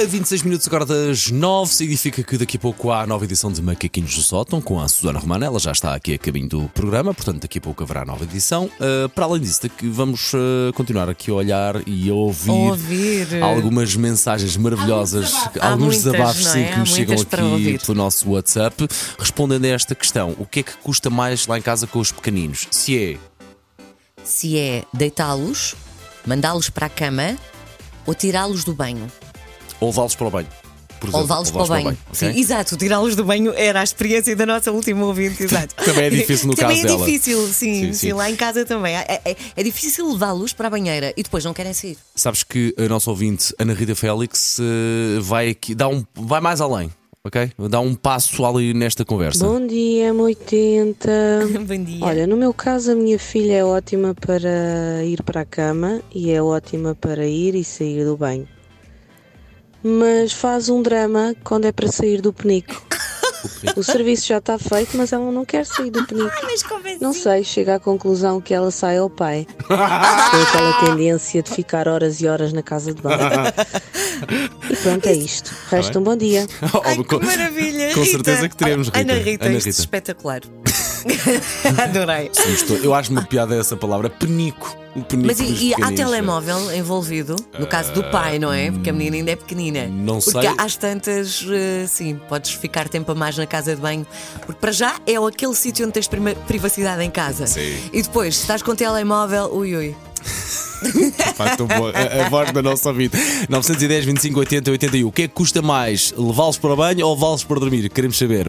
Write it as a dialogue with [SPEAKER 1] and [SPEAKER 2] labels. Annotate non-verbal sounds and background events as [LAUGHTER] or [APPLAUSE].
[SPEAKER 1] A 26 minutos agora das 9 significa que daqui a pouco há a nova edição de Macaquinhos do Sótão com a Susana Romana. Ela já está aqui a caminho do programa, portanto daqui a pouco haverá a nova edição. Ah, para além disso, daqui vamos ah, continuar aqui a olhar e a ouvir,
[SPEAKER 2] Ouvir.
[SPEAKER 1] algumas mensagens maravilhosas,
[SPEAKER 2] Há
[SPEAKER 1] alguns
[SPEAKER 2] muitas,
[SPEAKER 1] desabafos
[SPEAKER 2] não
[SPEAKER 1] sim,
[SPEAKER 2] é?
[SPEAKER 1] que
[SPEAKER 2] Há
[SPEAKER 1] nos chegam
[SPEAKER 2] muitas para
[SPEAKER 1] aqui
[SPEAKER 2] ouvir.
[SPEAKER 1] pelo nosso WhatsApp. Respondendo a esta questão, o que é que custa mais lá em casa com os pequeninos? Se é
[SPEAKER 3] Se é deitá-los, mandá-los para a cama ou tirá-los do banho.
[SPEAKER 1] ou levá-los para o banho. por exemplo,
[SPEAKER 3] Ou levá-los para o banho.
[SPEAKER 1] ok?
[SPEAKER 3] Sim, exato, tirá-los do banho era a experiência da nossa última ouvinte, exato.
[SPEAKER 1] Também é difícil no
[SPEAKER 3] [LAUGHS] também
[SPEAKER 1] caso
[SPEAKER 3] é
[SPEAKER 1] dela.
[SPEAKER 3] difícil, sim,
[SPEAKER 1] Sim,
[SPEAKER 3] sim,
[SPEAKER 1] sim.
[SPEAKER 3] lá em casa também. É, é- é difícil levá-los para a banheira e depois não querem sair.
[SPEAKER 1] Sabes que a nossa ouvinte, Ana Rita Félix, eh, vai aqui, dá um, vai mais além, ok? Dá um passo ali nesta conversa. [LAUGHS]
[SPEAKER 4] Bom dia, M80.
[SPEAKER 3] [LAUGHS] Bom dia.
[SPEAKER 4] Olha, no meu caso, a minha filha é ótima para ir para a cama e é ótima para ir e sair do banho. Mas faz um drama quando é para sair do penico. O serviço já está feito, mas ela não quer sair do penico.
[SPEAKER 3] mas assim? convence.
[SPEAKER 4] Não sei, chega à conclusão que ela sai ao pai. Com aquela tendência de ficar horas e horas na casa de banho. E pronto, é isto. Resta um bom dia.
[SPEAKER 3] Ai, que
[SPEAKER 1] Oh, com,
[SPEAKER 3] maravilha.
[SPEAKER 1] com
[SPEAKER 3] Rita.
[SPEAKER 1] certeza que teremos, Rita.
[SPEAKER 3] Ana Rita,
[SPEAKER 1] Ana
[SPEAKER 3] isto é
[SPEAKER 1] Rita.
[SPEAKER 3] espetacular. [LAUGHS] Adorei.
[SPEAKER 1] Isto- eu acho uma piada essa palavra, penico. O penico
[SPEAKER 3] Mas
[SPEAKER 1] dos
[SPEAKER 3] e, e há
[SPEAKER 1] pequeninos.
[SPEAKER 3] telemóvel envolvido? No caso do pai, não é? Porque a menina ainda é pequenina.
[SPEAKER 1] não
[SPEAKER 3] porque
[SPEAKER 1] sei.
[SPEAKER 3] Porque às tantas, eh, sim, podes ficar tempo a mais na casa de banho. Porque para já é aquele sítio onde tens prima- privacidade em casa.
[SPEAKER 1] Sim.
[SPEAKER 3] E depois, se estás com telemóvel, ui ui.
[SPEAKER 1] Pá, tão boa. A, a voz da nossa ouvinte. 910, 25, 80, 81. O que é que custa mais? Levá-los para o banho ou levá-los para dormir? Queremos saber.